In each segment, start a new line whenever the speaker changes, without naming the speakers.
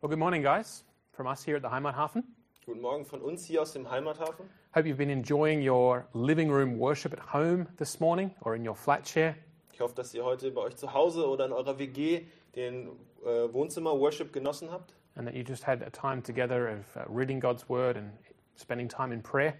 Well, good morning, guys, from us here at the Heimathafen.
Guten Morgen von uns hier aus dem Heimathafen.
Hope you've been enjoying your living room worship at home this morning or in your flat share.
Ich hoffe, dass ihr heute bei euch zu Hause oder in eurer WG den äh, Wohnzimmer-Worship genossen habt
and that you just had a time together of uh, reading God's word and spending time in prayer.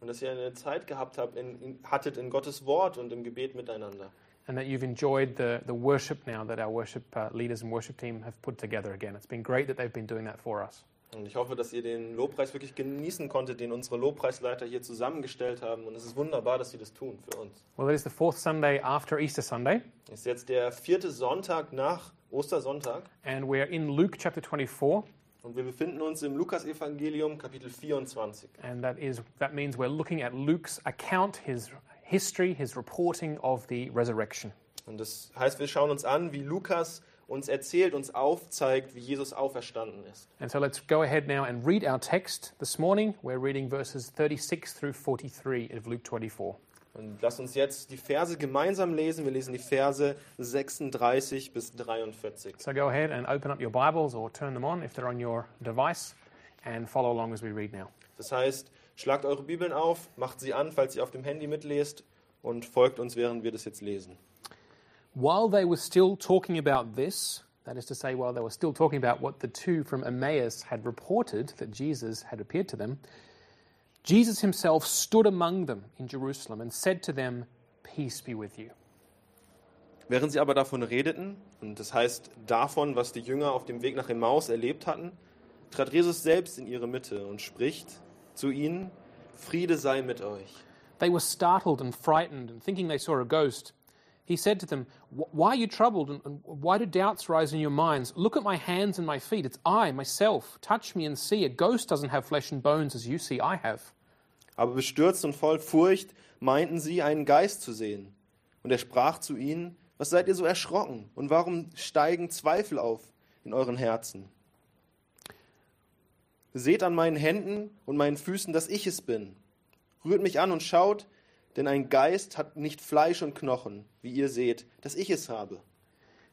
und dass ihr eine Zeit gehabt habt, in, in, hattet in Gottes Wort und im Gebet miteinander.
And that you've enjoyed the, the worship now that our worship uh, leaders and worship team have put together again. It's been great that they've been doing that for us.
Und ich hoffe, dass ihr den Lobpreis wirklich genießen konntet, den unsere Lobpreisleiter hier zusammengestellt haben. Und es ist wunderbar, dass sie das tun für uns.
Well, it is the fourth Sunday after Easter Sunday,
Es ist jetzt der vierte Sonntag nach Ostersonntag
and we're in Luke chapter 24,
und wir befinden uns im Lukasevangelium Kapitel 24.
and that, is, that means we're looking at Luke's account, his history, his reporting of the resurrection.
Und das heißt, wir schauen uns an, wie Lukas uns erzählt, uns aufzeigt, wie Jesus auferstanden ist.
And so let's go ahead now and read our text this morning. We're reading verses 36 through 43 of Luke 24.
Und lasst uns jetzt die Verse gemeinsam lesen. Wir lesen die Verse 36 bis 43.
So go ahead and open up your Bibles or turn them on if they're on your device and follow along as we read now.
Das heißt, schlagt eure Bibeln auf, macht sie an, falls ihr auf dem Handy mitlest und folgt uns, während wir das jetzt lesen.
While they were still talking about this, that is to say, while they were still talking about what the two from Emmaus had reported that Jesus had appeared to them, Jesus himself stood among them in Jerusalem and said to them, Peace be with you.
Während sie aber davon redeten, und das heißt davon, was die Jünger auf dem Weg nach Emmaus erlebt hatten, trat Jesus selbst in ihre Mitte und spricht zu ihnen, Friede sei mit euch.
They were startled and frightened and thinking they saw a ghost. He said to them, "Wh- Why are you troubled and, and why do doubts rise in your minds? Look at my hands and my feet. It's I, myself. Touch me and see. A ghost doesn't have flesh and bones as you see I have.
Aber bestürzt und voll Furcht meinten sie, einen Geist zu sehen. Und er sprach zu ihnen, was seid ihr so erschrocken? Und warum steigen Zweifel auf in euren Herzen? Seht an meinen Händen und meinen Füßen, dass ich es bin. Rührt mich an und schaut, denn ein Geist hat nicht Fleisch und Knochen, wie ihr seht, dass ich es habe.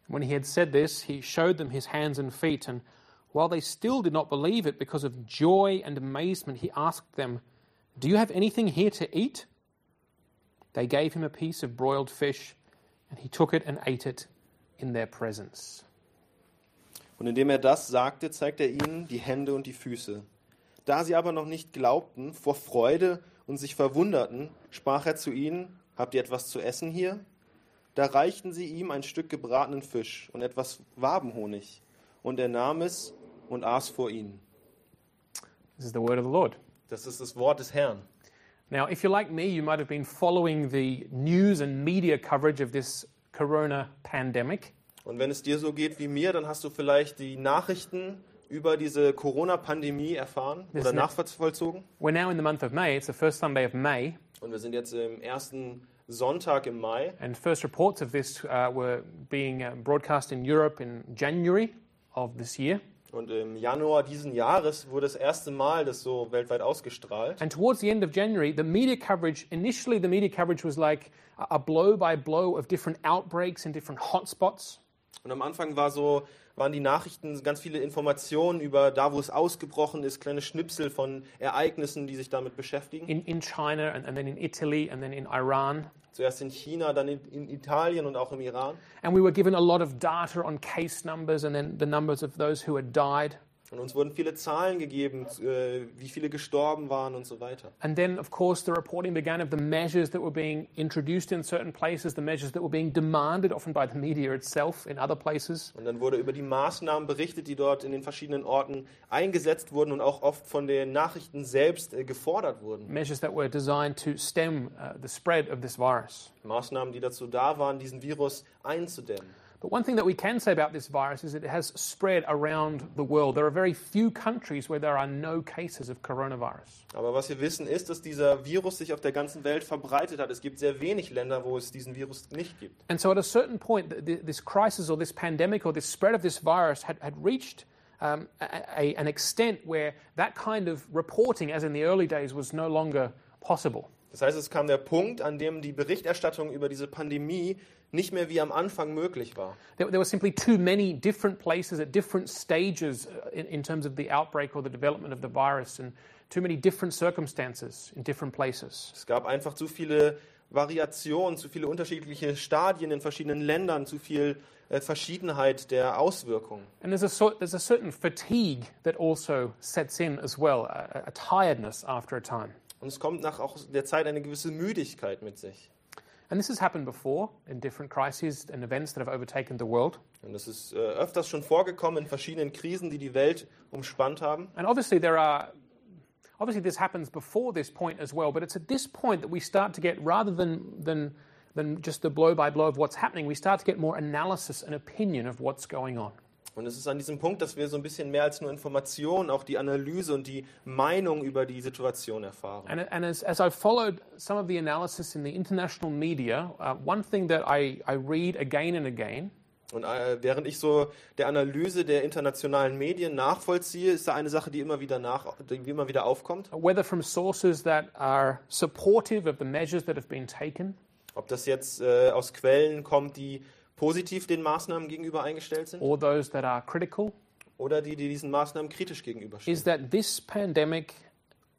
When he had said this, he showed them his hands and feet. And while they still did not believe it because of joy and amazement, he asked them, Do you have anything here to eat? They gave him a piece of broiled fish, and he took it and ate it in their presence.
Und indem er das sagte, zeigte er ihnen die Hände und die Füße. Da sie aber noch nicht glaubten, vor Freude und sich verwunderten, sprach er zu ihnen, Habt ihr etwas zu essen hier? Da reichten sie ihm ein Stück gebratenen Fisch und etwas Wabenhonig, und er nahm es und aß vor ihnen.
This is the word of the Lord.
Das ist das Wort des Herrn.
Now, if you're like me, you might have been following the news and media coverage of this corona pandemic.
Und wenn es dir so geht wie mir, dann hast du vielleicht die Nachrichten über diese Corona-Pandemie erfahren
Das
oder
ist ne-
nachvollzogen.
We're now in the month of May, it's the first Sunday of May,
Und wir sind jetzt im ersten Sonntag im Mai.
and first reports of this uh, were being uh, broadcast in Europe in January of this year.
Und im Januar diesen Jahres wurde das erste Mal das so weltweit ausgestrahlt.
And towards the end of January, the media coverage initially, the media coverage was like a- a blow by blow of different outbreaks in different hotspots.
Und am Anfang war so, waren die Nachrichten ganz viele Informationen über da, wo es ausgebrochen ist, kleine Schnipsel von Ereignissen, die sich damit beschäftigen.
In, in China, and, and then in Italy, and then in Iran.
Zuerst in China, dann in, in Italien und auch im Iran.
And we were given a lot of data on case numbers and then the numbers of those who had died.
Und uns wurden viele Zahlen gegeben, äh, wie viele gestorben waren und so weiter.
And then, of course, the reporting began of the measures that were being introduced in certain places, the measures that were being demanded, often by the media itself, in other places.
Und dann wurde über die Maßnahmen berichtet, die dort in den verschiedenen Orten eingesetzt wurden und auch oft von den Nachrichten selbst äh, gefordert wurden.
Measures that were designed to stem uh, the spread of this virus.
Maßnahmen, die dazu da waren, diesen Virus einzudämmen.
But one thing that we can say about this virus is that it has spread around the world. There are very few countries where there are no cases of coronavirus.
Aber was wir wissen ist, dass dieser Virus sich auf der ganzen Welt verbreitet hat. Es gibt sehr wenig Länder, wo es diesen Virus nicht gibt.
And so, at a certain point, th- th- this crisis or this pandemic or this spread of this virus had, had reached um, a, a, an extent where that kind of reporting, as in the early days, was no longer possible.
Das heißt, es kam der Punkt, an dem die Berichterstattung über diese Pandemie nicht mehr wie am Anfang möglich war.
There, there were simply too many different places at different stages uh, in, in terms of the outbreak or the development of the virus, and too many different circumstances in different places.
Es gab einfach zu viele Variationen, zu viele unterschiedliche Stadien in verschiedenen Ländern, zu viel äh, Verschiedenheit der Auswirkungen.
And there's a, sort, there's a certain fatigue that also sets in as well, a, a tiredness after a time.
Und es kommt nach auch der Zeit eine gewisse Müdigkeit mit sich.
And this has happened before in different crises and events that have overtaken the world.
Und das ist äh, öfters schon vorgekommen in verschiedenen Krisen, die die Welt umspannt haben.
And obviously, there are obviously this happens before this point as well. But it's at this point that we start to get rather than than than just the blow by blow of what's happening, we start to get more analysis and opinion of what's going on.
Und es ist an diesem Punkt, dass wir so ein bisschen mehr als nur Informationen, auch die Analyse und die Meinung über die Situation erfahren.
And, and as, as I followed some of the analysis in the international media, uh, one thing that I, I read again and again
Und äh, während ich so der Analyse der internationalen Medien nachvollziehe, ist da eine Sache, die immer wieder, nach, die immer wieder aufkommt.
whether from sources that are supportive of the measures that have been taken
Ob das jetzt äh, aus Quellen kommt, die positiv den Maßnahmen gegenüber eingestellt sind
or those that are critical,
oder die, die diesen Maßnahmen kritisch gegenüberstehen.
is that this pandemic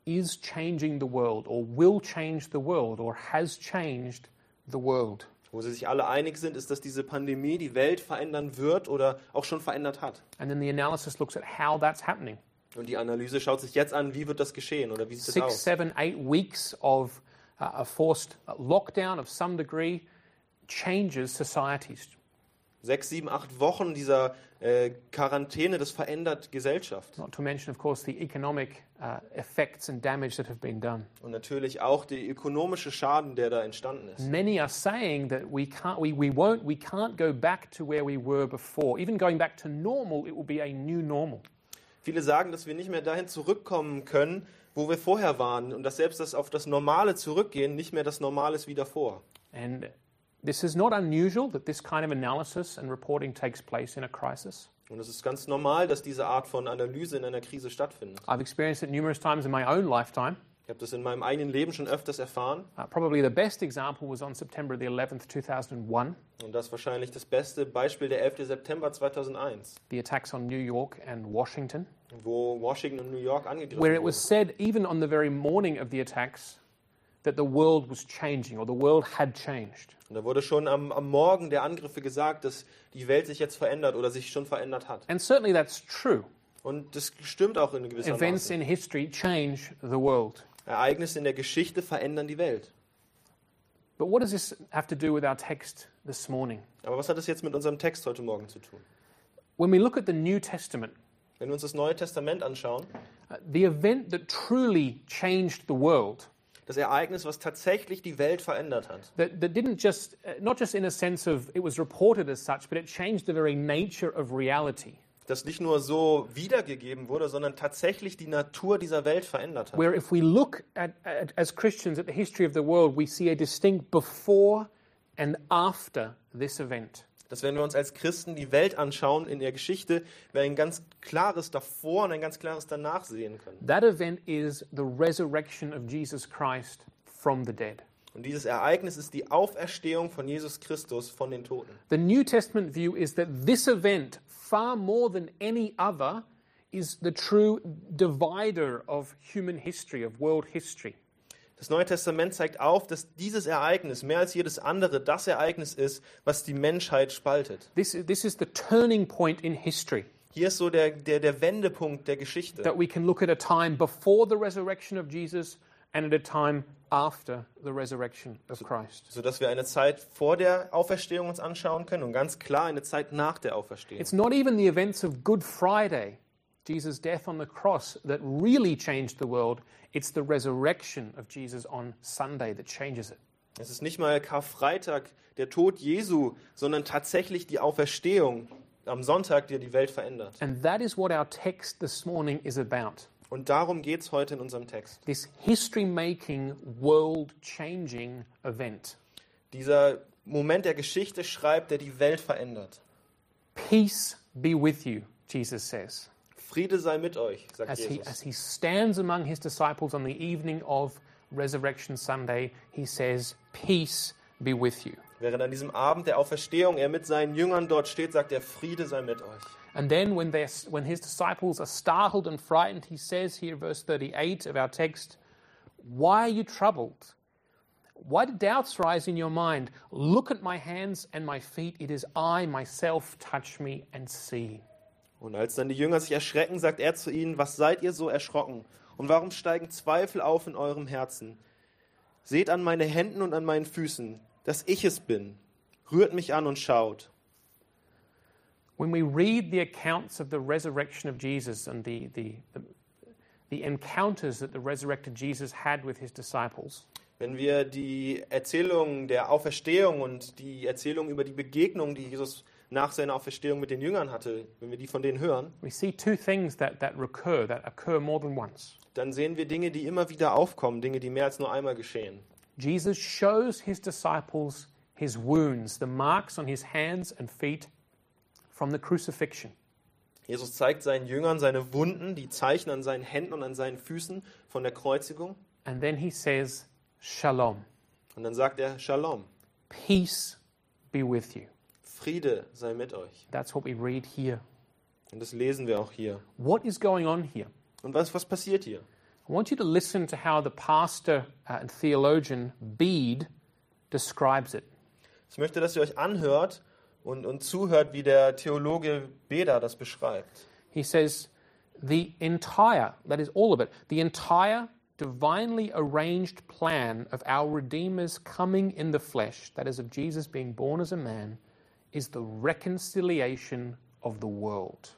is changing the world or will change the world or has changed the world.
Wo sie sich alle einig sind, ist, dass diese Pandemie die Welt verändern wird oder auch schon verändert hat.
And then the analysis looks at how that's happening.
Und die Analyse schaut sich jetzt an, wie wird das geschehen oder wie sieht das
Six,
aus.
seven, eight weeks of uh, a forced lockdown of some degree changes societies.
Sechs, sieben, acht Wochen dieser äh, Quarantäne, das verändert Gesellschaft.
Not to mention, of course, the economic uh, effects and damage that have been done.
Und natürlich auch der ökonomische Schaden, der da entstanden ist.
Many are saying that we can't, we, we won't, we can't go back to where we were before. Even going back to normal, it will be a new normal.
Viele sagen, dass wir nicht mehr dahin zurückkommen können, wo wir vorher waren und dass selbst das auf das Normale zurückgehen nicht mehr das Normale ist wie davor.
And this is not unusual that this kind of analysis and reporting takes place in a crisis.
Und es ist ganz normal, dass diese Art von Analyse in einer Krise stattfindet.
I've experienced it numerous times in my own lifetime.
Ich habe das in meinem eigenen Leben schon öfters erfahren
Uh, probably the best example was on September the 11th, 2001,
und das ist wahrscheinlich das beste Beispiel der 11. September 2001,
the attacks on New York and Washington,
wo Washington und New York angegriffen
where it
wurden.
was said, even on the very morning of the attacks, that the world was changing or the world had changed.
Und da wurde schon am, am Morgen der Angriffe gesagt, dass die Welt sich jetzt verändert oder sich schon verändert hat.
And certainly that's true.
Und das stimmt auch in gewisser
Events
Weise.
in history change the world.
Ereignisse in der Geschichte verändern die Welt.
But what does this have to do with our text this morning?
Aber was hat das jetzt mit unserem Text heute Morgen zu tun?
When we look at the New Testament,
Wenn wir uns das Neue Testament anschauen,
Uh, the event that truly changed the world,
das Ereignis, was tatsächlich die Welt verändert hat.
that, that didn't just, uh, not just in a sense of it was reported as such, but it changed the very nature of reality.
Das nicht nur so wiedergegeben wurde, sondern tatsächlich die Natur dieser Welt verändert hat.
Where if we look at, at, as Christians at the history of the world, we see a distinct before and after this event.
Dass wenn wir uns als Christen die Welt anschauen in der Geschichte, wir ein ganz klares davor und ein ganz klares danach sehen können.
That event is the resurrection of Jesus Christ from the dead.
Und dieses Ereignis ist die Auferstehung von Jesus Christus von den Toten.
The New Testament view is that this event, far more than any other, is the true divider of human history, of world history.
Das Neue Testament zeigt auf, dass dieses Ereignis mehr als jedes andere das Ereignis ist, was die Menschheit spaltet.
This is, this is the turning point in history
Hier ist so der, der, der Wendepunkt der Geschichte.
that we can look at a time before the resurrection of Jesus and at a time after the resurrection of Christ.
sodass wir eine Zeit vor der Auferstehung uns anschauen können und ganz klar eine Zeit nach der Auferstehung.
It's not even the events of Good Friday, Jesus' death on the cross, that really changed the world. It's the resurrection of Jesus on Sunday that changes it.
Es ist nicht mal Karfreitag, der Tod Jesu, sondern tatsächlich die Auferstehung am Sonntag, der die Welt verändert.
And that is what our text this morning is about
Und darum geht es heute in unserem Text.
this history making, world changing event.
Dieser Moment der Geschichte schreibt, der die Welt verändert.
Peace be with you, Jesus says,
Friede sei mit euch, sagt
as he,
Jesus.
as he stands among his disciples on the evening of Resurrection Sunday. He says, Peace be with you.
Während an diesem Abend der Auferstehung er mit seinen Jüngern dort steht, sagt er, Friede sei mit euch.
And then, when, they're- when his disciples are startled and frightened, he says here, verse 38 of our text, Why are you troubled? Why do doubts rise in your mind? Look at my hands and my feet. It is I myself. Touch me and see.
Und als dann die Jünger sich erschrecken, sagt er zu ihnen, was seid ihr so erschrocken? Und warum steigen Zweifel auf in eurem Herzen? Seht an meine Händen und an meinen Füßen, dass ich es bin. Rührt mich an und schaut.
When we read the accounts of the resurrection of Jesus and the, the, the, the encounters that the resurrected Jesus had with his disciples,
Wenn wir die Erzählung der Auferstehung und die Erzählung über die Begegnung, die Jesus nach seiner Auferstehung mit den Jüngern hatte, wenn wir die von denen hören,
we see two things that, that recur, that occur more than once.
dann sehen wir Dinge, die immer wieder aufkommen, Dinge, die mehr als nur einmal geschehen.
Jesus shows his disciples his wounds, the marks on his hands and feet from the crucifixion.
Jesus zeigt seinen Jüngern seine Wunden, die Zeichen an seinen Händen und an seinen Füßen von der Kreuzigung.
And then he says, Shalom,
Und dann sagt er, Shalom,
peace be with you.
Friede sei mit euch.
That's what we read here.
Und das lesen wir auch hier.
What is going on here?
Und was, was passiert hier?
I want you to listen to how the pastor uh, and theologian Bede describes it.
Ich möchte, dass ihr euch anhört und, und zuhört, wie der Theologe Beda das beschreibt.
He says, The entire, that is all of it, the entire divinely arranged plan of our Redeemer's coming in the flesh, that is, of Jesus being born as a man, is the reconciliation of the world.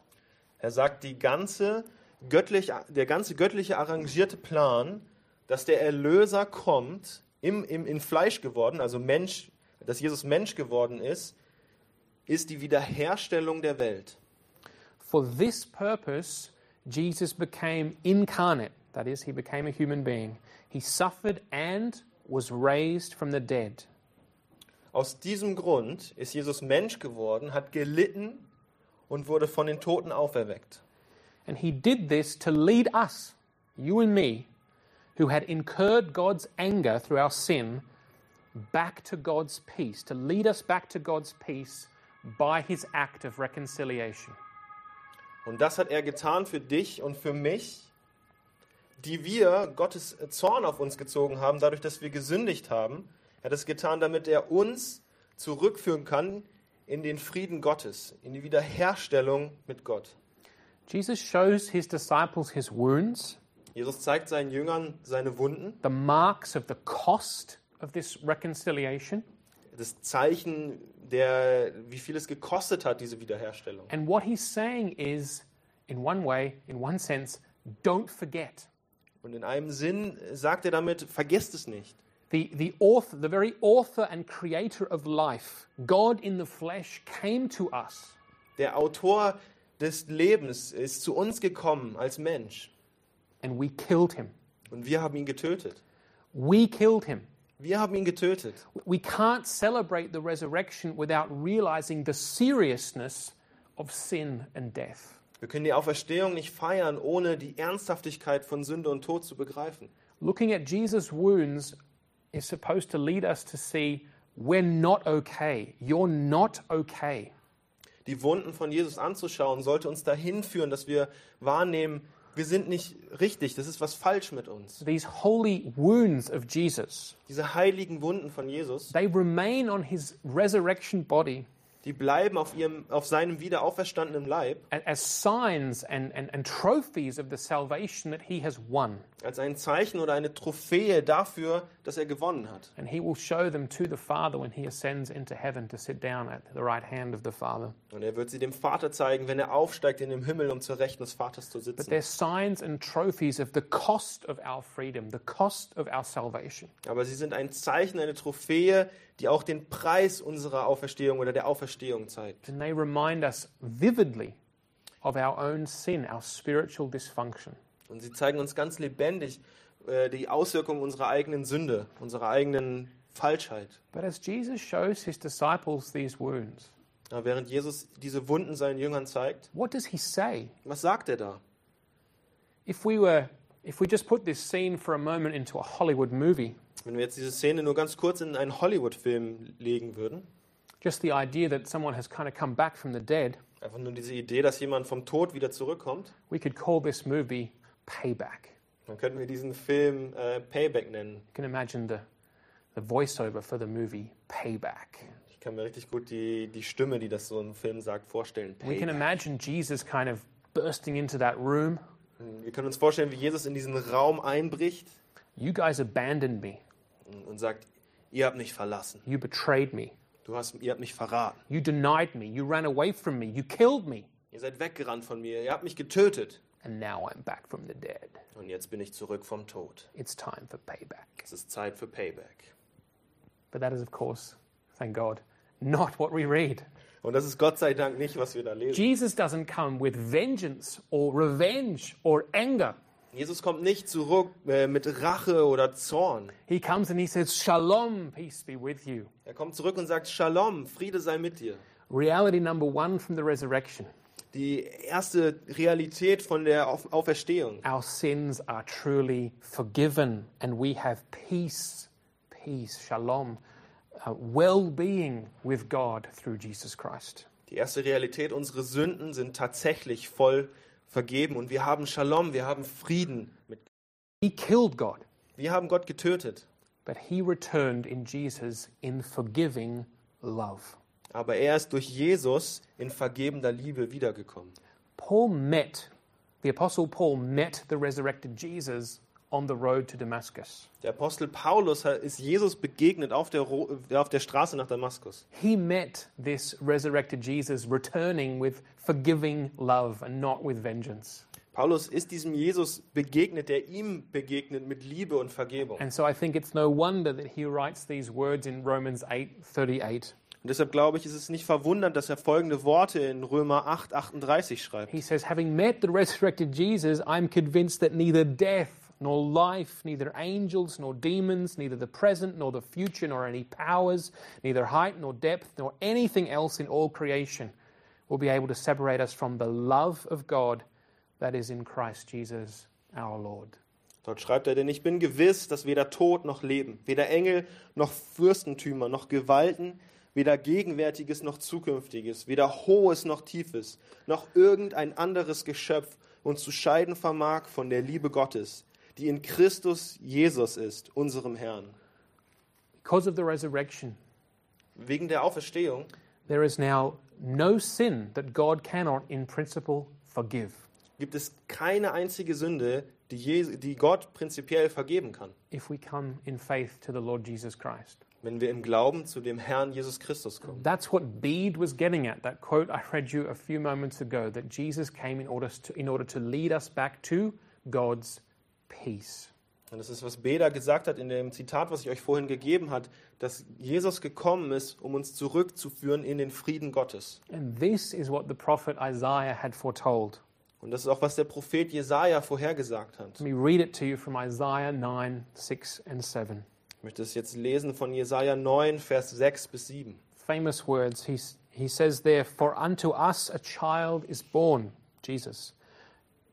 Er sagt, die ganze göttlich, der ganze göttliche arrangierte Plan, dass der Erlöser kommt, im, im, in Fleisch geworden, also Mensch, dass Jesus Mensch geworden ist, ist die Wiederherstellung der Welt.
For this purpose, Jesus became incarnate. That is, he became a human being. He suffered and was raised from the dead.
Aus diesem Grund ist Jesus Mensch geworden, hat gelitten und wurde von den Toten auferweckt.
And he did this to lead us, you and me, who had incurred God's anger through our sin, back to God's peace, to lead us back to God's peace by his act of reconciliation.
Und das hat er getan für dich und für mich, die wir Gottes Zorn auf uns gezogen haben, dadurch, dass wir gesündigt haben. Er hat es getan, damit er uns zurückführen kann in den Frieden Gottes, in die Wiederherstellung mit Gott.
Jesus shows his disciples his wounds,
Jesus zeigt seinen Jüngern seine Wunden,
the marks of the cost of this reconciliation,
das Zeichen der, wie viel es gekostet hat, diese Wiederherstellung.
and what he's saying is, in one way, in one sense, don't forget.
Und in einem Sinn sagt er damit, vergesst es nicht.
The, the author, the very author and creator of life, God in the flesh, came to us
Der Autor des Lebens ist zu uns gekommen als Mensch
and we killed him.
und wir haben ihn getötet.
We killed him.
Wir haben ihn getötet.
We can't celebrate the resurrection without realizing the seriousness of sin and death.
Wir können die Auferstehung nicht feiern, ohne die Ernsthaftigkeit von Sünde und Tod zu begreifen.
Looking at Jesus' wounds is supposed to lead us to see we're not okay. You're not okay.
Die Wunden von Jesus anzuschauen, sollte uns dahin führen, dass wir wahrnehmen, wir sind nicht richtig, das ist was falsch mit uns.
These holy wounds of Jesus,
Diese heiligen Wunden von Jesus,
they remain on his resurrection body
die bleiben auf, ihrem, auf seinem wieder auferstandenen Leib
a- as signs and, and, and trophies of the salvation that he has won.
als ein Zeichen oder eine Trophäe dafür, dass er gewonnen hat.
And he will show them to the Father when he ascends into heaven to sit down at the right hand of the Father.
Und er wird sie dem Vater zeigen, wenn er aufsteigt in den Himmel, um zur Rechten des Vaters zu
But
sitzen.
they're signs and trophies of the cost of our freedom, the cost of our salvation.
Aber sie sind ein Zeichen, eine Trophäe, die auch den Preis unserer Auferstehung oder der Auferstehung zeigt.
And they remind us vividly of our own sin, our spiritual dysfunction.
Und sie zeigen uns ganz lebendig äh, die Auswirkungen unserer eigenen Sünde, unserer eigenen Falschheit.
But as Jesus shows his disciples these wounds,
Ja, während Jesus diese Wunden seinen Jüngern zeigt,
what does he say?
was sagt er da?
If we were if we just put this scene for a moment into a Hollywood movie,
Wenn wir jetzt diese Szene nur ganz kurz in einen Hollywood-Film legen würden,
Just the idea that someone has kind of come back from the dead,
einfach nur diese Idee, dass jemand vom Tod wieder zurückkommt,
we could call this movie Payback.
dann könnten wir diesen Film äh, Payback nennen.
You can imagine the, the voiceover for the movie Payback.
Ich kann mir richtig gut die, die Stimme, die das so im Film sagt, vorstellen.
We can
Payback.
imagine Jesus kind of bursting into that room.
Wir können uns vorstellen, wie Jesus in diesen Raum einbricht
You guys abandoned me.
und sagt, ihr habt mich verlassen,
You betrayed me.
du hast, ihr habt mich verraten,
You denied me. You ran away from me. You killed me.
ihr seid weggerannt von mir, ihr habt mich getötet
And now I'm back from the dead.
und jetzt bin ich zurück vom Tod.
It's time for payback.
Es ist Zeit für Payback.
But that is, of course, thank God, not what we read.
Und das ist Gott sei Dank nicht, was wir da lesen.
Jesus doesn't come with vengeance or revenge or anger.
Jesus kommt nicht zurück äh, mit Rache oder Zorn.
He comes and he says, Shalom, peace be with you.
Er kommt zurück und sagt, Shalom, Friede sei mit dir.
Reality number one from the resurrection
Die erste Realität von der Auf Auferstehung.
our sins are truly forgiven and we have peace, peace, shalom, uh, well being with God through Jesus Christ.
Die erste Realität, unsere Sünden sind tatsächlich voll vergeben und wir haben Shalom, wir haben Frieden. Mit
He killed God,
wir haben Gott getötet,
but he returned in Jesus in forgiving love.
aber er ist durch Jesus in vergebender Liebe wiedergekommen.
Paul met, the Apostle Paul met the resurrected Jesus on the road to Damascus.
Der Apostel Paulus ist Jesus begegnet auf der, Ro- äh, auf der Straße nach Damaskus.
He met this resurrected Jesus returning with forgiving love and not with vengeance.
Paulus ist diesem Jesus begegnet, der ihm begegnet mit Liebe und Vergebung.
And so I think it's no wonder that he writes these words in Romans 8:38.
Und deshalb glaube ich, ist es nicht verwundernd, dass er folgende Worte in Römer 8, 38 schreibt.
He says, "Having met the resurrected Jesus, I'm convinced that neither death nor life, neither angels nor demons, neither the present nor the future nor any powers, neither height nor depth nor anything else in all creation will be able to separate us from the love of God that is in Christ Jesus, our Lord."
Dort schreibt er, denn ich bin gewiss, dass weder Tod noch Leben, weder Engel noch Fürstentümer noch Gewalten, weder Gegenwärtiges noch Zukünftiges, weder Hohes noch Tiefes, noch irgendein anderes Geschöpf uns zu scheiden vermag von der Liebe Gottes, die in Christus Jesus ist, unserem Herrn.
Because of the resurrection,
Wegen der Auferstehung
there is now no sin that God cannot in principle forgive.
gibt es keine einzige Sünde, die, Jesu, die Gott prinzipiell vergeben kann,
if we come in faith to the Lord Jesus Christ.
wenn wir im Glauben zu dem Herrn Jesus Christus kommen.
That's what Bede was getting at, that quote I read you a few moments ago, that Jesus came in order to, in order to lead us back to God's peace.
Und das ist, was Beda gesagt hat in dem Zitat, was ich euch vorhin gegeben hat, dass Jesus gekommen ist, um uns zurückzuführen in den Frieden Gottes.
And this is what the prophet Isaiah had foretold.
Und das ist auch, was der Prophet Jesaja vorhergesagt hat.
Let me read it to you from Isaiah 9, 6, and 7.
Ich möchte es jetzt lesen von Jesaja 9, Vers 6 bis 7.
famous words. He, s- he says there, For unto us a child is born, Jesus.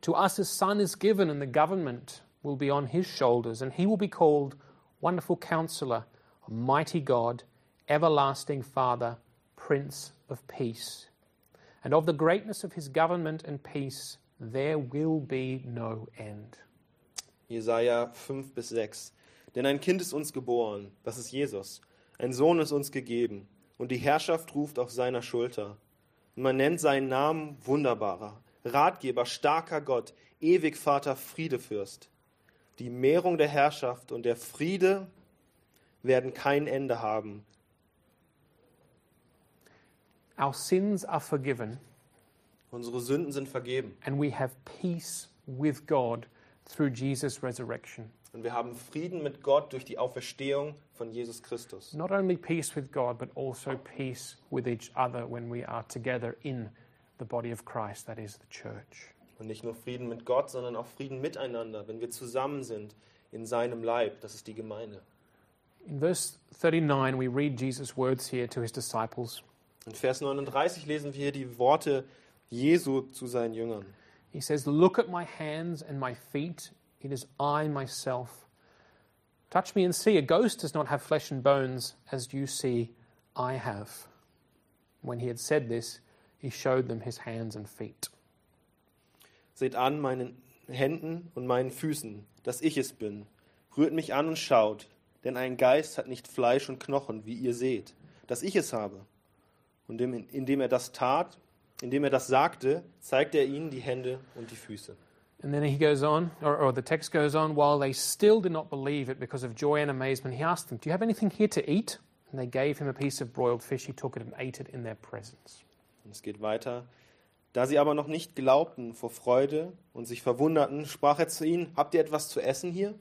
To us a son is given, and the government will be on his shoulders, and he will be called Wonderful Counselor, Mighty God, Everlasting Father, Prince of Peace. And of the greatness of his government and peace, there will be no end.
Jesaja 5 bis 6. Denn ein Kind ist uns geboren, das ist Jesus. Ein Sohn ist uns gegeben, und die Herrschaft ruft auf seiner Schulter. Und man nennt seinen Namen Wunderbarer, Ratgeber, starker Gott, ewig Vater, Friedefürst. Die Mehrung der Herrschaft und der Friede werden kein Ende haben.
Our sins are forgiven,
Unsere Sünden sind vergeben,
and we have peace with God through Jesus' resurrection.
und wir haben Frieden mit Gott durch die Auferstehung von Jesus Christus.
not only peace with God, but also peace with each other when we are together in the body of Christ, that is the church.
Und nicht nur Frieden mit Gott, sondern auch Frieden miteinander, wenn wir zusammen sind in seinem Leib, das ist die Gemeinde.
In verse 39, we read Jesus' words here to his disciples.
In Vers 39 lesen wir die Worte Jesu zu seinen Jüngern.
He says, Look at my hands and my feet. It is I myself. Touch me and see. A ghost does not have flesh and bones as you see I have. When he had said this, he showed them his hands and feet.
Seht an meinen Händen und meinen Füßen, dass ich es bin. Rührt mich an und schaut, denn ein Geist hat nicht Fleisch und Knochen, wie ihr seht, dass ich es habe. Und dem, indem er das tat, indem er das sagte, zeigte er ihnen die Hände und die Füße.
And then he goes on, or, or the text goes on, while they still did not believe it because of joy and amazement, he asked them, Do you have anything here to eat? And they gave him a piece of broiled fish. He took it and ate it in their presence.
Und es geht weiter. Da sie aber noch nicht glaubten vor Freude und sich verwunderten, sprach er zu ihnen, habt ihr etwas zu essen hier?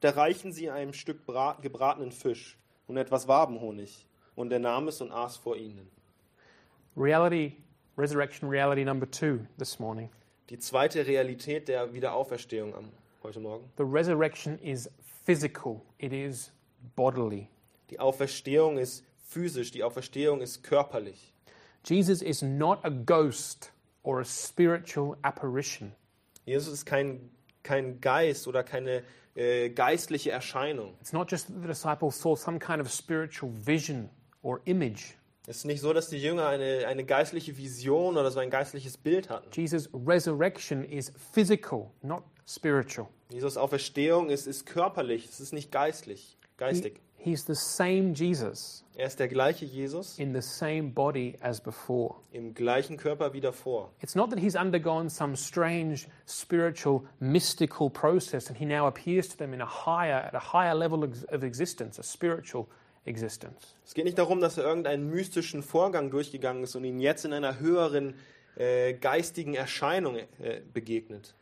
Da reichten sie einem Stück Brat, gebratenen Fisch und etwas Wabenhonig. Und er nahm es und aß vor ihnen.
Reality, resurrection reality number two this morning.
Die zweite Realität der Wiederauferstehung am, heute Morgen.
The resurrection is physical, it is bodily.
Die Auferstehung ist physisch, die Auferstehung ist körperlich.
Jesus is not a ghost or a spiritual apparition.
Jesus ist kein, kein Geist oder keine äh, geistliche Erscheinung.
It's not just that the disciples saw some kind of spiritual vision or image.
Es ist nicht so, dass die Jünger eine, eine geistliche Vision oder so ein geistliches Bild hatten.
Jesus' resurrection is physical, not spiritual.
Jesus Auferstehung ist, ist körperlich, es ist nicht geistlich, geistig.
He's the same Jesus
Er ist der gleiche Jesus
in the same body as before.
im gleichen Körper wie davor.
It's not that he's undergone some strange spiritual mystical process and he now appears to them in a higher at a higher level ex- of existence, a spiritual existence.
Es geht nicht darum, dass er irgendeinen mystischen Vorgang durchgegangen ist und ihn jetzt in einer höheren äh, geistigen Erscheinung äh, begegnet.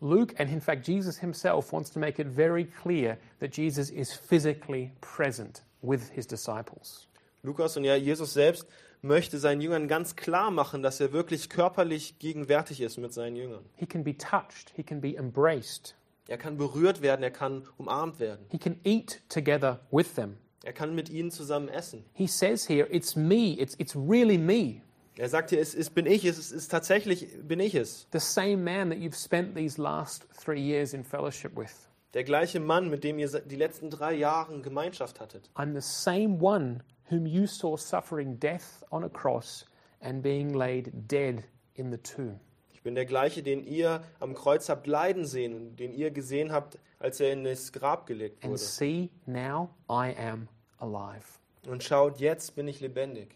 Luke and in fact Jesus himself wants to make it very clear that Jesus is physically present with his disciples.
Lukas und ja Jesus selbst möchte seinen Jüngern ganz klar machen, dass er wirklich körperlich gegenwärtig ist mit seinen Jüngern.
He can be touched, he can be embraced,
Er kann berührt werden, er kann umarmt werden,
he can eat together with them.
er kann mit ihnen zusammen essen.
He says here, it's me, it's it's really me,
Er sagt hier, es, es bin ich, es, es ist tatsächlich bin ich es.
the same man that you've spent these last 3 years in fellowship with.
Der gleiche Mann, mit dem ihr se- die letzten drei Jahre Gemeinschaft hattet.
I'm the same one whom you saw suffering death on a cross and being laid dead in the tomb.
Ich bin der gleiche, den ihr am Kreuz habt leiden sehen und den ihr gesehen habt, als er in das Grab gelegt
And
wurde.
see, now I am alive.
Und schaut, jetzt bin ich lebendig.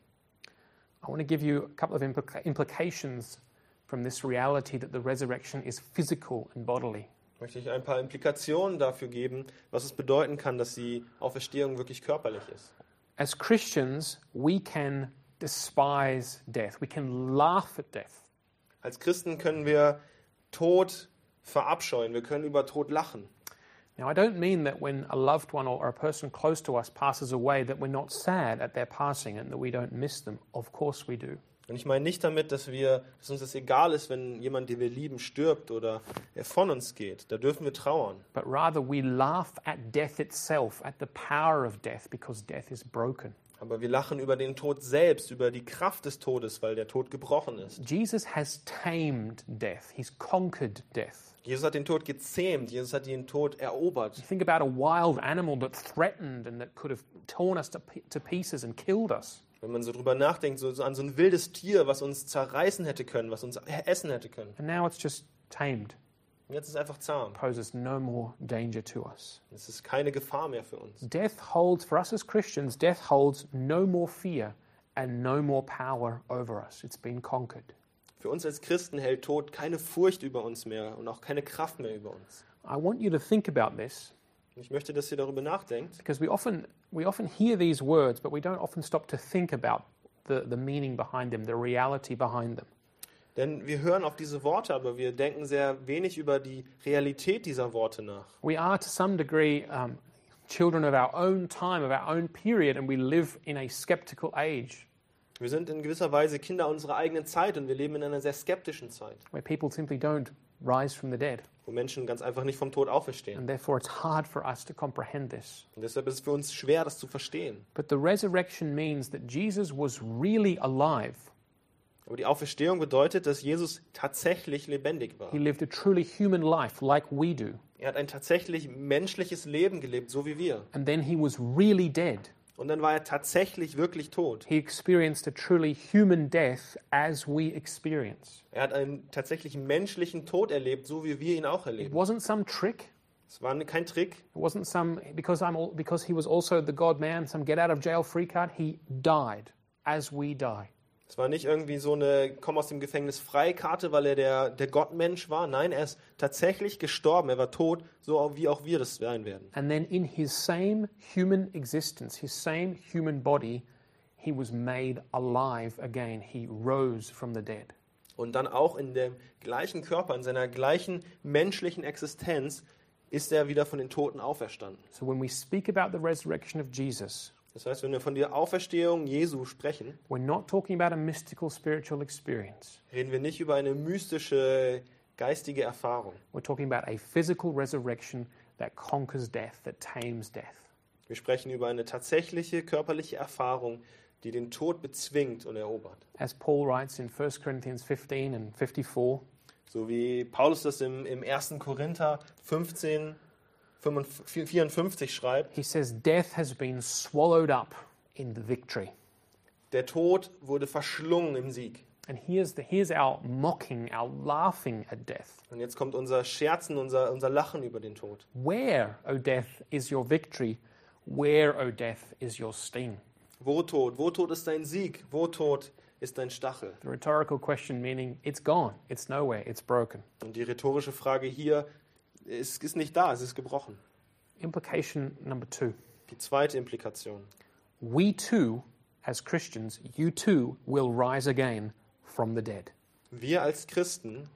I want to give you a couple of implica- implications from this reality that the resurrection is physical and bodily.
Möchte ich ein paar Implikationen dafür geben, was es bedeuten kann, dass die Auferstehung wirklich körperlich ist.
As Christians, we can despise death, we can laugh at death.
Als Christen können wir Tod verabscheuen, wir können über Tod lachen.
Now, I don't mean that when a loved one or a person close to us passes away, that we're not sad at their passing and that we don't miss them. Of course, we do.
Und ich meine nicht damit, dass, wir, dass uns das egal ist, wenn jemand, den wir lieben, stirbt oder er von uns geht. Da dürfen wir trauern.
but rather we laugh at death itself, at the power of death, because death is broken.
Aber wir lachen über den Tod selbst, über die Kraft des Todes, weil der Tod gebrochen ist.
Jesus has tamed death, he's conquered death.
Jesus hat den Tod gezähmt, Jesus hat den Tod erobert.
You think about a wild animal that threatened and that could have torn us to, p- to pieces and killed us.
Wenn man so drüber nachdenkt, so, so an so ein wildes Tier, was uns zerreißen hätte können, was uns essen hätte können.
And now it's just tamed,
Und jetzt ist es einfach zahm.
poses no more danger to us.
Es ist keine Gefahr mehr für uns.
Death holds, for us as Christians, death holds no more fear and no more power over us. It's been conquered.
Für uns als Christen hält Tod keine Furcht über uns mehr und auch keine Kraft mehr über uns.
I want you to think about this
Und ich möchte, dass ihr darüber nachdenkt.
Because we often, we often hear these words, but we don't often stop to think about the, the meaning behind them, the reality behind them.
Denn wir hören auf diese Worte, aber wir denken sehr wenig über die Realität dieser Worte nach.
We are, to some degree, um, children of our own time, of our own period, and we live in a skeptical age
Wir sind in gewisser Weise Kinder unserer eigenen Zeit und wir leben in einer sehr skeptischen Zeit,
where people simply don't rise from the dead.
wo Menschen ganz einfach nicht vom Tod auferstehen.
And therefore, it's hard for us to comprehend this.
Und deshalb ist es für uns schwer, das zu verstehen.
But the resurrection means that Jesus was really alive.
Aber die Auferstehung bedeutet, dass Jesus tatsächlich lebendig war.
He lived a truly human life like we do.
Er hat ein tatsächlich menschliches Leben gelebt, so wie wir.
And then he was really dead.
Und dann war er tatsächlich wirklich tot.
He experienced a truly human death as we experience.
Er hat einen tatsächlich menschlichen Tod erlebt, so wie wir ihn auch
It
erleben.
wasn't some trick.
Es war kein Trick.
It wasn't some because I'm all, because he was also the God man, some get out of jail free card. He died as we die.
Es war nicht irgendwie so eine komm aus dem Gefängnis Freikarte, weil er der, der Gottmensch war. Nein, er ist tatsächlich gestorben. Er war tot, so auch- wie auch wir das sein werden.
And then in his same human existence, his same human body, he was made alive again. He rose from the dead.
Und dann auch in dem gleichen Körper, in seiner gleichen menschlichen Existenz, ist er wieder von den Toten auferstanden.
So when we speak about the resurrection of Jesus,
Das heißt, wenn wir von der Auferstehung Jesu sprechen,
we're not talking about a mystical spiritual experience.
reden wir nicht über eine mystische geistige Erfahrung.
We're talking about a physical resurrection that conquers death, that tames death.
Wir sprechen über eine tatsächliche körperliche Erfahrung, die den Tod bezwingt und erobert.
As Paul writes in 1 Corinthians 15 and 54,
So wie Paulus das im, im 1. Korinther 15, 55, 54 schreibt,
he says, Death has been swallowed up in the victory.
der Tod wurde verschlungen im Sieg.
And here's, the, here's our mocking, our laughing at death.
Und jetzt kommt unser Scherzen, unser, unser Lachen über den Tod.
Where, O death, is your victory? Where, O death, is your sting?
Wo Tod, wo Tod ist dein Sieg, wo Tod ist dein Stachel.
The rhetorical question meaning it's gone, it's nowhere, it's broken.
Und die rhetorische Frage hier ist, ist nicht da, es ist gebrochen.
Implication number two
Die zweite Implikation.
we too, as Christians, you too will rise again from the dead.
Wir als Christen,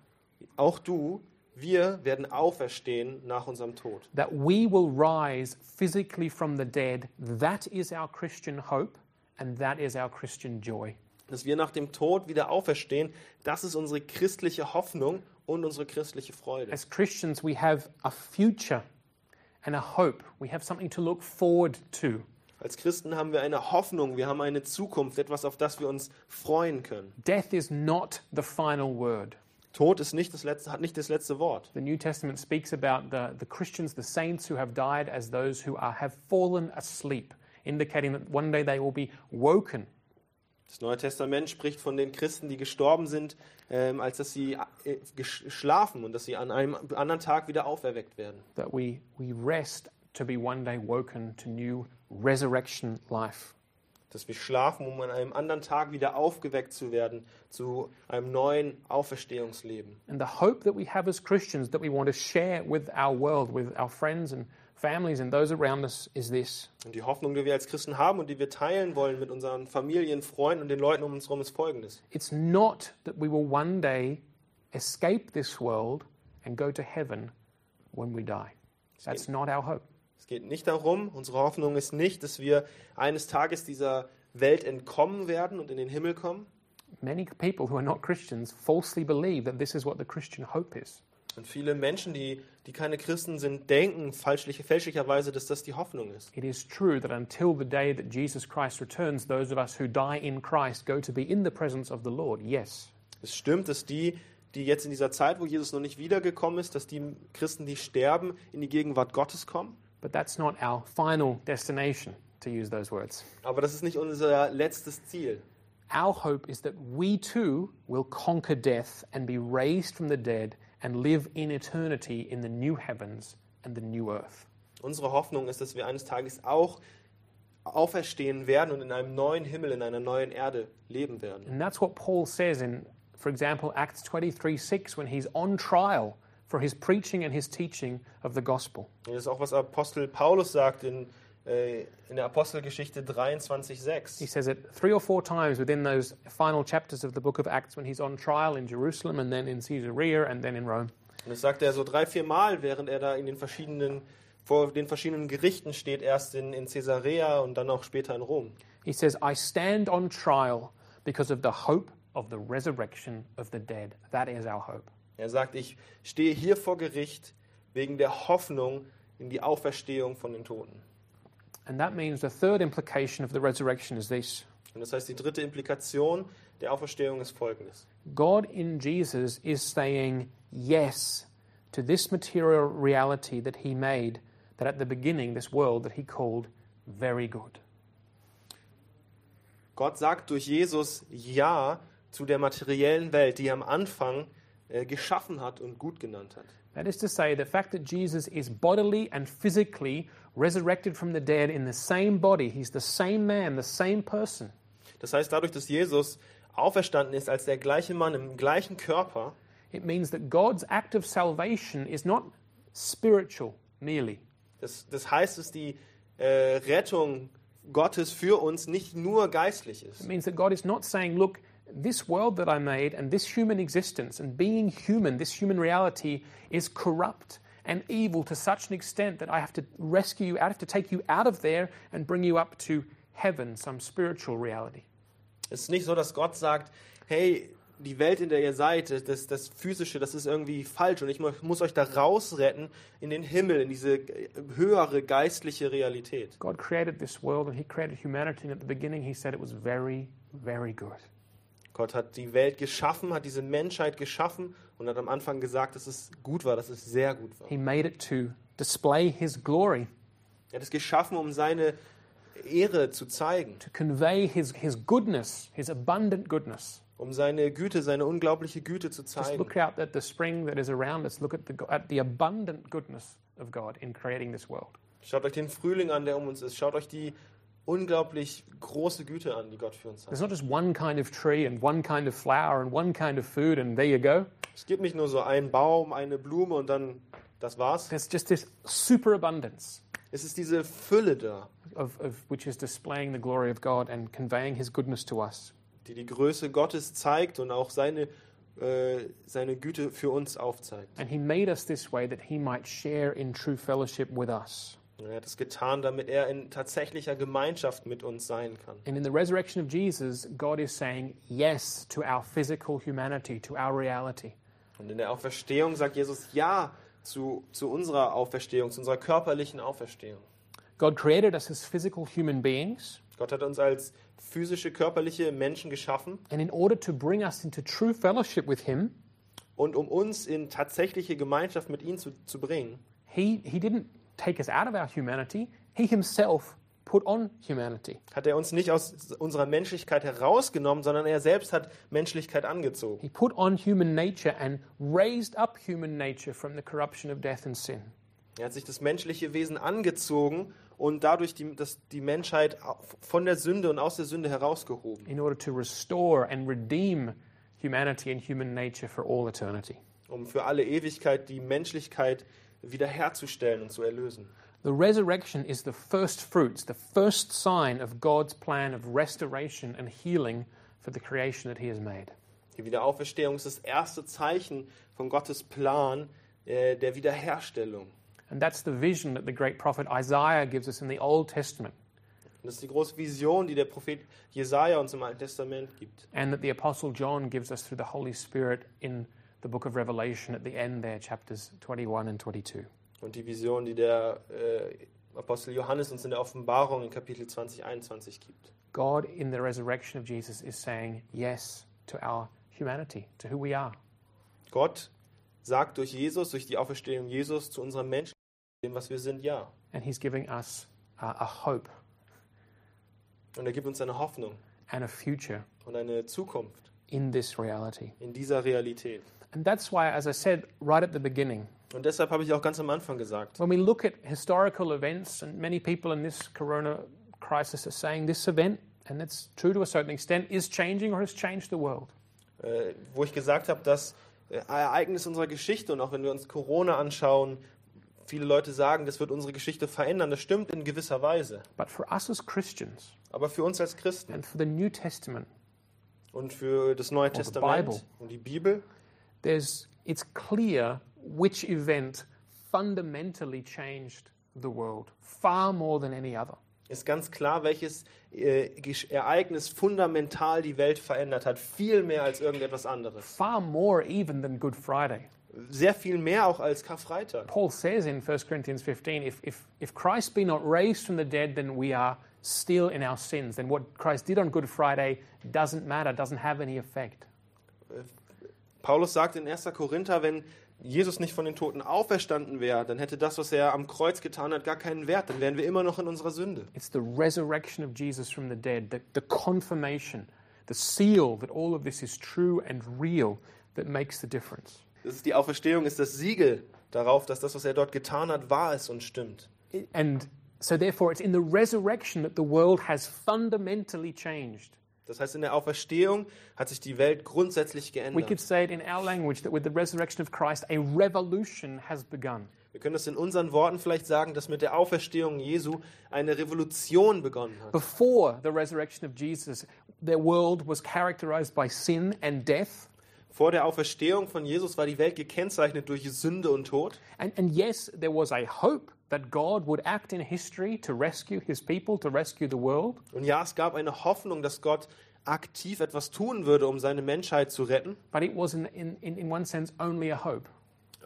auch du, wir werden auferstehen nach unserem Tod.
That we will rise physically from the dead, that is our Christian hope and that is our Christian joy.
Dass wir nach dem Tod wieder auferstehen, das ist unsere christliche Hoffnung und unsere christliche Freude.
As Christians, we have a future and a hope. We have something to look forward to.
Als Christen haben wir eine Hoffnung, wir haben eine Zukunft, etwas, auf das wir uns freuen können.
Death is not the final word.
Tod ist nicht das letzte, hat nicht das letzte Wort.
The New Testament speaks about the, the Christians, the saints who have died, as those who are, have fallen asleep, indicating that one day they will be woken.
Das Neue Testament spricht von den Christen, die gestorben sind, ähm, als dass sie äh, gesch- schlafen und dass sie an einem anderen Tag wieder auferweckt werden.
That we, we rest to be one day woken to new resurrection life.
dass wir schlafen, um an einem anderen Tag wieder aufgeweckt zu werden, zu einem neuen Auferstehungsleben.
And the hope that we have as Christians that we want to share with our world, with our friends and families and those around us is this
Und die Hoffnung, die wir als Christen haben und die wir teilen wollen mit unseren Familien, Freunden und den Leuten um uns herum, ist folgendes.
It's not that we will one day escape this world and go to heaven when we die. That's not our hope.
Es geht nicht darum, unsere Hoffnung ist nicht, dass wir eines Tages dieser Welt entkommen werden und in den Himmel kommen.
Many people who are not Christians falsely believe that this is what the Christian hope is.
Und viele Menschen, die, die keine Christen sind, denken falschlich, fälschlicherweise, dass das die Hoffnung ist.
It is true that until the day that Jesus Christ returns, those of us who die in Christ go to be in the presence of the Lord, yes.
Es stimmt, dass die, die jetzt in dieser Zeit, wo Jesus noch nicht wiedergekommen ist, dass die Christen, die sterben, in die Gegenwart Gottes kommen.
But that's not our final destination, to use those words.
Aber das ist nicht unser letztes Ziel.
Our hope is that we too will conquer death and be raised from the dead and live in eternity in the new heavens and the new earth.
Unsere Hoffnung ist, dass wir eines Tages auch auferstehen werden und in einem neuen Himmel, in einer neuen Erde leben werden.
And that's what Paul says in, for example, Acts 23 6, when he's on trial for his preaching and his teaching of the gospel.
Und das ist auch, was Apostel Paulus sagt in, äh, in der Apostelgeschichte
He
23,6.
says it three or four times within those final chapters of the book of Acts when he's on trial in Jerusalem and then in Caesarea and then in Rome.
Und das sagt er so drei, vier Mal, während er da in den verschiedenen, vor den verschiedenen Gerichten steht, erst in, in Caesarea und dann auch später in Rom.
He says, I stand on trial because of the hope of the resurrection of the dead. That is our hope.
Er sagt, ich stehe hier vor Gericht wegen der Hoffnung in die Auferstehung von den Toten.
And that means the third implication of the resurrection is this
Und das heißt, die dritte Implikation der Auferstehung ist folgendes.
God in Jesus is saying yes to this material reality that He made, that at the beginning, this world that He called very good.
Gott sagt durch Jesus Ja zu der materiellen Welt, die er am Anfang äh, geschaffen hat und gut genannt hat.
That is to say, the fact that Jesus is bodily and physically resurrected from the dead in the same body, He's the same man, the same person,
Das heißt, dadurch, dass Jesus auferstanden ist als der gleiche Mann im gleichen Körper,
it means that God's act of salvation is not spiritual merely,
das, das heißt, dass die äh, Rettung Gottes für uns nicht nur geistlich ist.
It means that God is not saying, look, this world that I made and this human existence and being human, this human reality is corrupt and evil to such an extent that I have to rescue you, I have to take you out of there and bring you up to heaven, some spiritual reality.
Es ist nicht so, dass Gott sagt, hey, die Welt, in der ihr seid, das, das Physische, das ist irgendwie falsch und ich mu- muss euch da rausretten in den Himmel, in diese äh, höhere geistliche Realität.
God created this world and He created humanity, and at the beginning He said it was very, very good.
Gott hat die Welt geschaffen, hat diese Menschheit geschaffen und hat am Anfang gesagt, dass es gut war, dass es sehr gut war.
He made it to display His glory,
Er hat es geschaffen, um seine Ehre zu zeigen,
to convey His, his goodness, His abundant goodness.
um seine Güte, seine unglaubliche Güte zu
Just
zeigen.
look out at the spring that is around us. Look at the, at the abundant goodness of God in creating this world.
Schaut euch den Frühling an, der um uns ist. Schaut euch die unglaublich große Güte an, die Gott für uns hat.
There's not just one kind of tree and one kind of flower and one kind of food, and there you go.
Es gibt nicht nur so einen Baum, eine Blume und dann das war's.
There's just this superabundance
Es ist diese Fülle da,
of, of which is displaying the glory of God and conveying His goodness to us.
die die Größe Gottes zeigt und auch seine, äh, seine Güte für uns aufzeigt.
And He made us this way that He might share in true fellowship with us.
Und er hat es getan, damit er in tatsächlicher Gemeinschaft mit uns sein kann.
And in the resurrection of Jesus, God is saying yes to our physical humanity, to our reality.
Und in der Auferstehung sagt Jesus Ja zu, zu unserer Auferstehung, zu unserer körperlichen Auferstehung.
God created us as physical human beings.
Gott hat uns als physische, körperliche Menschen geschaffen
And in order to bring us into true fellowship with Him,
und um uns in tatsächliche Gemeinschaft mit ihm zu, zu bringen,
He, he didn't take us out of our humanity, He Himself put on humanity.
hat er uns nicht aus unserer Menschlichkeit herausgenommen, sondern er selbst hat Menschlichkeit angezogen.
He put on human nature and raised up human nature from the corruption of death and sin.
Er hat sich das menschliche Wesen angezogen und dadurch die, das, die Menschheit von der Sünde und aus der Sünde herausgehoben,
In order to restore and redeem humanity and human nature for all eternity.
um für alle Ewigkeit die Menschlichkeit wiederherzustellen und zu erlösen.
The resurrection is the first fruits, the first sign of God's plan of restoration and healing for the creation that He has made.
Die Wiederauferstehung ist das erste Zeichen von Gottes Plan äh, der Wiederherstellung.
And that's the vision that the great prophet Isaiah gives us in the Old Testament.
Und das ist die große Vision, die der Prophet Jesaja uns im Alten Testament gibt.
and that the Apostle John gives us through the Holy Spirit in the book of Revelation at the end there, chapters 21 and 22.
Und die Vision, die der äh, Apostel Johannes uns in der Offenbarung in Kapitel 20, 21 gibt.
God, in the resurrection of Jesus, is saying yes to our humanity, to who we are.
Gott sagt durch Jesus, durch die Auferstehung Jesus zu unserem Menschen, dem, was wir sind, ja.
And He's giving us uh, a hope
Und er gibt uns eine Hoffnung
and a future
und eine Zukunft
in this reality.
in dieser Realität.
And that's why, as I said right at the beginning,
Und deshalb habe ich auch ganz am Anfang gesagt,
when we look at historical events, and many people in this corona crisis are saying this event, and it's true to a certain extent, is changing or has changed the world.
äh, wo ich gesagt habe, dass äh, Ereignis unserer Geschichte und auch wenn wir uns Corona anschauen, viele Leute sagen, das wird unsere Geschichte verändern. Das stimmt in gewisser Weise.
But for us as Christians,
Aber für uns als Christen
And for the New Testament,
und für das Neue
the Bible.
Testament und die Bibel
there's, it's clear which event fundamentally changed the world far more than any other.
ist ganz klar, welches äh, Gesch- Ereignis fundamental die Welt verändert hat. Viel mehr als irgendetwas anderes.
Far more even than Good Friday.
Sehr viel mehr auch als Karfreitag.
Paul says in 1 Corinthians 15 if, if, if Christ be not raised from the dead, then we are still in our sins, then what Christ did on Good Friday doesn't matter, doesn't have any effect.
Paulus sagt in 1. Korinther, wenn Jesus nicht von den Toten auferstanden wäre, dann hätte das, was er am Kreuz getan hat, gar keinen Wert. Dann wären wir immer noch in unserer Sünde.
It's the resurrection of Jesus from the dead, the, the confirmation, the seal that all of this is true and real that makes the difference.
Das ist die Auferstehung ist das Siegel darauf, dass das, was er dort getan hat, wahr ist und stimmt.
It- and so, therefore, it's in the resurrection that the world has fundamentally changed.
Das heißt, in der Auferstehung hat sich die Welt grundsätzlich
We could
geändert.
say it in our language that with the resurrection of Christ, a revolution has begun.
Wir können das in unseren Worten vielleicht sagen, dass mit der Auferstehung Jesu eine Revolution begonnen hat.
Before the resurrection of Jesus, their world was characterized by sin and death.
Vor der Auferstehung von Jesus war die Welt gekennzeichnet durch Sünde und Tod.
And, and yes, there was a hope that God would act in history to rescue his people, to rescue the world.
Und ja, es gab eine Hoffnung, dass Gott aktiv etwas tun würde, um seine Menschheit zu retten.
But it was, in, in, in in one sense, only a hope.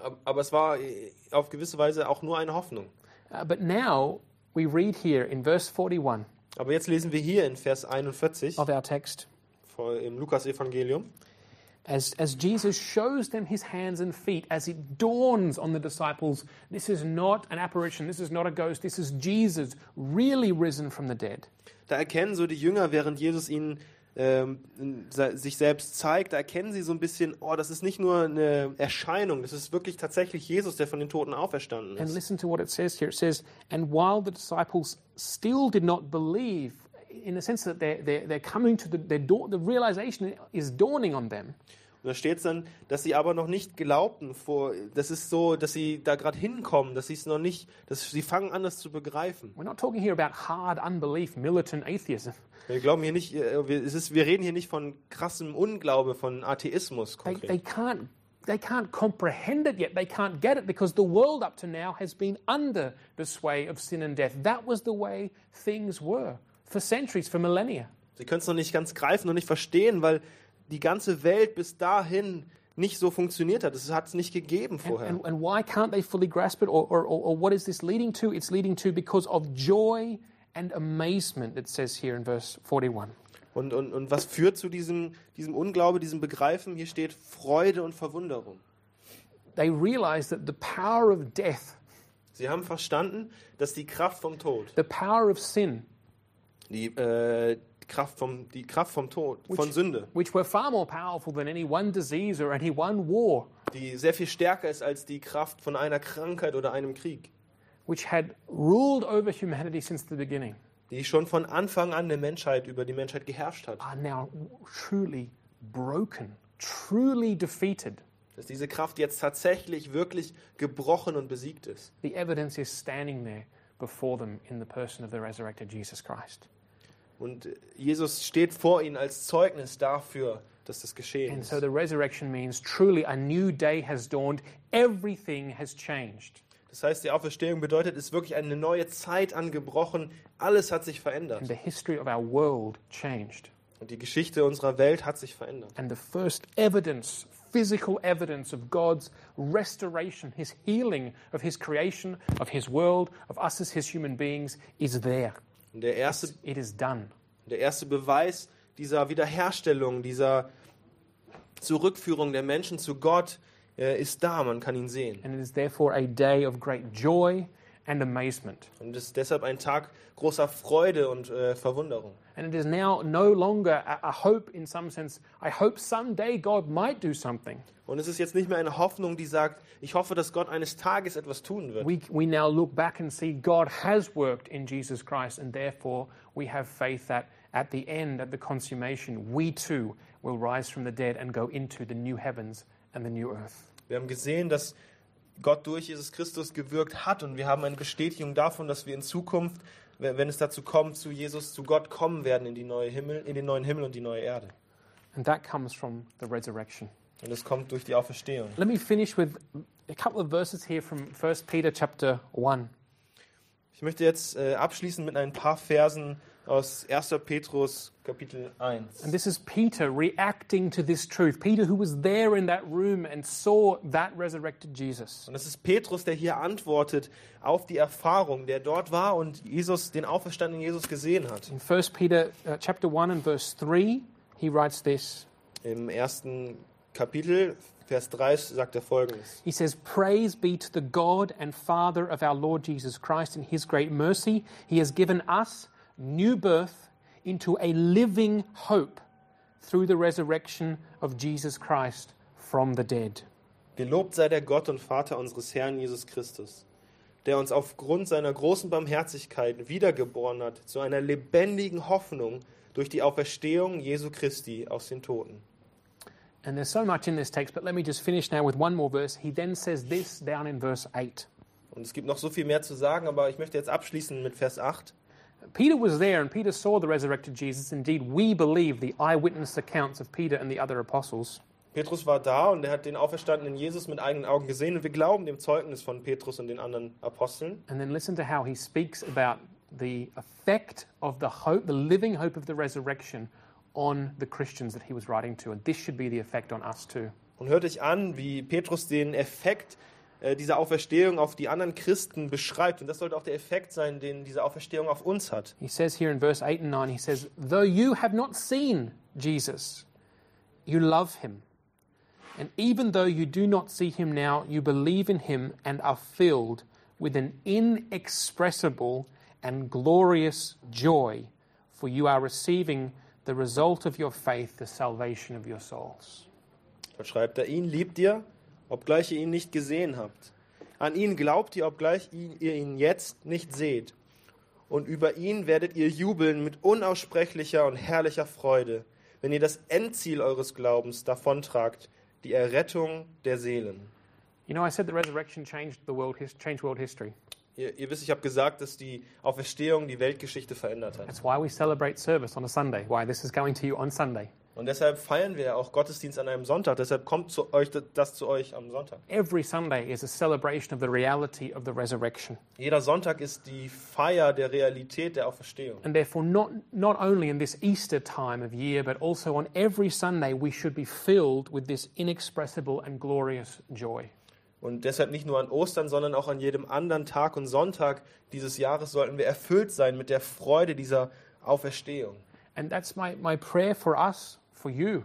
Ab- Aber es war äh, auf gewisse Weise auch nur eine Hoffnung.
Uh, but now we read here in verse 41
Aber jetzt lesen wir hier in Vers 41
of our text
vor- im Lukas-Evangelium.
as, as Jesus shows them his hands and feet, as it dawns on the disciples, this is not an apparition, this is not a ghost, this is Jesus really risen from the dead.
Da erkennen so die Jünger, während Jesus ihnen ähm, in- se- sich selbst zeigt, da erkennen sie so ein bisschen, oh, das ist nicht nur eine Erscheinung, das ist wirklich tatsächlich Jesus, der von den Toten auferstanden
And
ist.
listen to what it says here. It says, and while the disciples still did not believe, in the sense that they're, they're, they're coming to the, their dawn, the realization is dawning on them,
Und da steht dann, dass sie aber noch nicht glaubten. Vor, das ist so, dass sie da gerade hinkommen, dass sie es noch nicht, dass sie fangen an, das zu begreifen.
we're not talking here about hard unbelief, militant atheism.
Wir glauben hier nicht, äh, wir, es ist, wir reden hier nicht von krassem Unglaube, von Atheismus
They,
konkret.
they, can't, they can't comprehend it yet. They can't get it because the world up to now has been under the sway of sin and death. That was the way things were for centuries, for millennia.
Sie können es noch nicht ganz greifen und nicht verstehen, weil die ganze Welt bis dahin nicht so funktioniert hat. Es hat es nicht gegeben
And,
vorher.
and, and why can't they fully grasp it? Or, or, or, or what is this leading to? It's leading to because of joy and amazement, it says here in verse 41.
Und, und, und was führt zu diesem, diesem Unglaube, diesem Begreifen? Hier steht Freude und Verwunderung.
They realize that the power of death,
Sie haben verstanden, dass die Kraft vom Tod,
the power of sin,
die, äh, Kraft, vom, die Kraft vom Tod, von Sünde,
which were far more powerful than any one disease or any one war,
die sehr viel stärker ist als die Kraft von einer Krankheit oder einem Krieg,
which had ruled over humanity since the beginning,
die schon von Anfang an der Menschheit über die Menschheit geherrscht hat.
are now truly broken, truly defeated.
Dass diese Kraft jetzt tatsächlich wirklich gebrochen und besiegt ist.
The evidence is standing there before them in the person of the resurrected Jesus Christ.
Und Jesus steht vor ihnen als Zeugnis dafür, dass das geschehen
And
ist.
so the resurrection means truly a new day has dawned, everything has changed.
Das heißt, die Auferstehung bedeutet, es ist wirklich eine neue Zeit angebrochen. Alles hat sich
And
verändert.
the history of our world changed.
Und die Geschichte unserer Welt hat sich verändert.
And the first evidence, physical evidence of God's restoration, his healing of his creation, of his world, of us as his human beings, is there.
Und der erste,
It is done.
der erste Beweis dieser Wiederherstellung, dieser Zurückführung der Menschen zu Gott äh, ist da. Man kann ihn sehen.
And it is therefore a day of great joy and amazement.
Und es ist deshalb ein Tag großer Freude und äh, Verwunderung.
And it is now no longer a, a hope, in some sense, I hope someday God might do something.
Und es ist jetzt nicht mehr eine Hoffnung, die sagt, ich hoffe, dass Gott eines Tages etwas tun wird.
we, we now look back and see God has worked in Jesus Christ, and therefore we have faith that at the end, at the consummation, we too will rise from the dead and go into the new heavens and the new earth.
Wir haben gesehen, dass Gott durch Jesus Christus gewirkt hat und wir haben eine Bestätigung davon, dass wir in Zukunft, we- wenn es dazu kommt, zu Jesus, zu Gott kommen werden in, die neue Himmel, in den neuen Himmel und die neue Erde.
And that comes from the resurrection.
Und das kommt durch die Auferstehung.
Let me finish with a couple of verses here from 1 Peter chapter 1.
Ich möchte jetzt äh, abschließen mit ein paar Versen aus 1. Petrus Kapitel 1.
And this is Peter reacting to this truth. Peter, who was there in that room and saw that resurrected Jesus.
Und es ist Petrus, der hier antwortet auf die Erfahrung, der dort war und Jesus, den auferstandenen Jesus gesehen hat.
In 1 Peter uh, chapter 1 and verse 3, he writes this.
Im ersten Kapitel, Vers 3, sagt er folgendes.
He says, Praise be to the God and Father of our Lord Jesus Christ. In his great mercy, he has given us new birth into a living hope through the resurrection of Jesus Christ from the dead.
Gelobt sei der Gott und Vater unseres Herrn Jesus Christus, der uns aufgrund seiner großen Barmherzigkeit wiedergeboren hat zu einer lebendigen Hoffnung durch die Auferstehung Jesu Christi aus den Toten.
And there's so much in this text, but let me just finish now with one more verse. He then says this down in verse 8.
Und es gibt noch so viel mehr zu sagen, aber ich möchte jetzt abschließen mit Vers 8.
Peter was there and Peter saw the resurrected Jesus. Indeed, we believe the eyewitness accounts of Peter and the other apostles.
Petrus war da und er hat den auferstandenen Jesus mit eigenen Augen gesehen und wir glauben dem Zeugnis von Petrus und den anderen Aposteln.
And then listen to how he speaks about the effect of the hope, the living hope of the resurrection on the Christians that he was writing to. And this should be the effect on us too.
Und hört euch an, wie Petrus den Effekt äh, dieser Auferstehung auf die anderen Christen beschreibt. Und das sollte auch der Effekt sein, den diese Auferstehung auf uns hat.
He says here in verse 8 and 9, he says, Though you have not seen Jesus, you love him. And even though you do not see him now, you believe in him and are filled with an inexpressible and glorious joy, for you are receiving the result of your faith, the salvation of your souls.
Dort schreibt er, ihn liebt ihr, obgleich ihr ihn nicht gesehen habt. An ihn glaubt ihr, obgleich ihn, ihr ihn jetzt nicht seht. Und über ihn werdet ihr jubeln mit unaussprechlicher und herrlicher Freude, wenn ihr das Endziel eures Glaubens davontragt, die Errettung der Seelen.
You know, I said the resurrection changed the world, his, changed world history.
Ihr, ihr wisst, ich habe gesagt, dass die Auferstehung die Weltgeschichte verändert hat.
That's why we celebrate service on a Sunday. Why this is going to you on Sunday.
Und deshalb feiern wir auch Gottesdienst an einem Sonntag. Deshalb kommt zu euch das zu euch am Sonntag.
Every Sunday is a celebration of the reality of the resurrection.
Jeder Sonntag ist die Feier der Realität der Auferstehung.
And therefore, not, not only in this Easter time of year, but also on every Sunday, we should be filled with this inexpressible and glorious joy.
Und deshalb nicht nur an Ostern, sondern auch an jedem anderen Tag und Sonntag dieses Jahres sollten wir erfüllt sein mit der Freude dieser Auferstehung.
And that's my, my prayer for us, for you,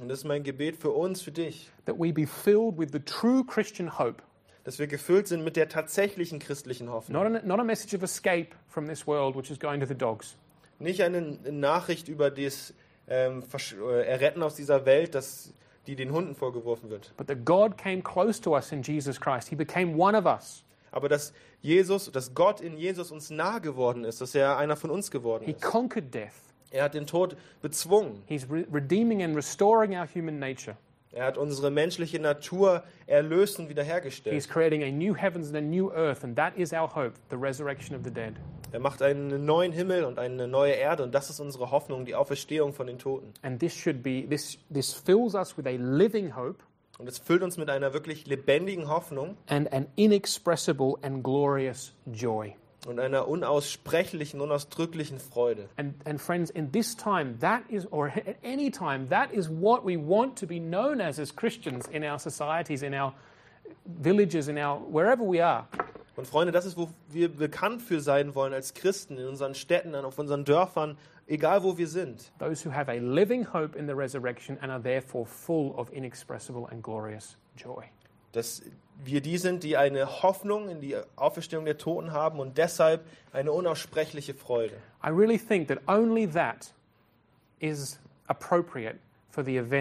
Und das ist mein Gebet für uns, für dich,
that we be filled with the true Christian hope.
dass wir gefüllt sind mit der tatsächlichen christlichen Hoffnung.
Not a, not a message of escape from this world, which is going to the dogs,
Nicht eine Nachricht über das ähm, Versch- äh, Erretten aus dieser Welt, das, die den Hunden vorgeworfen wird.
but that God came close to us in Jesus Christ. He became one of us.
Aber dass Jesus, dass Gott in Jesus uns nah geworden ist, dass er einer von uns geworden
He
ist.
conquered death.
Er hat den Tod bezwungen.
He's re- redeeming and restoring our human nature.
Er hat unsere menschliche Natur erlöst und wiederhergestellt.
He's creating a new heavens and a new earth, and that is our hope the resurrection of the dead.
Er macht einen neuen Himmel und eine neue Erde und das ist unsere Hoffnung, die Auferstehung von den Toten.
And this should be, this, this fills us with a living hope
Und es füllt uns mit einer wirklich lebendigen Hoffnung
and an inexpressible and glorious joy.
und einer unaussprechlichen, unausdrücklichen Freude.
And, and friends, in this time, that is, or at any time, that is what we want to be known as as Christians in our societies, in our villages, in our wherever we are.
Und Freunde, das ist, wo wir bekannt für sein wollen als Christen in unseren Städten, auf unseren Dörfern, egal wo wir sind.
Those who have a living hope in the resurrection and are therefore full of inexpressible and glorious joy.
Dass wir die sind, die eine Hoffnung in die Auferstehung der Toten haben und deshalb eine unaussprechliche Freude.
I really think that only that is appropriate for the event.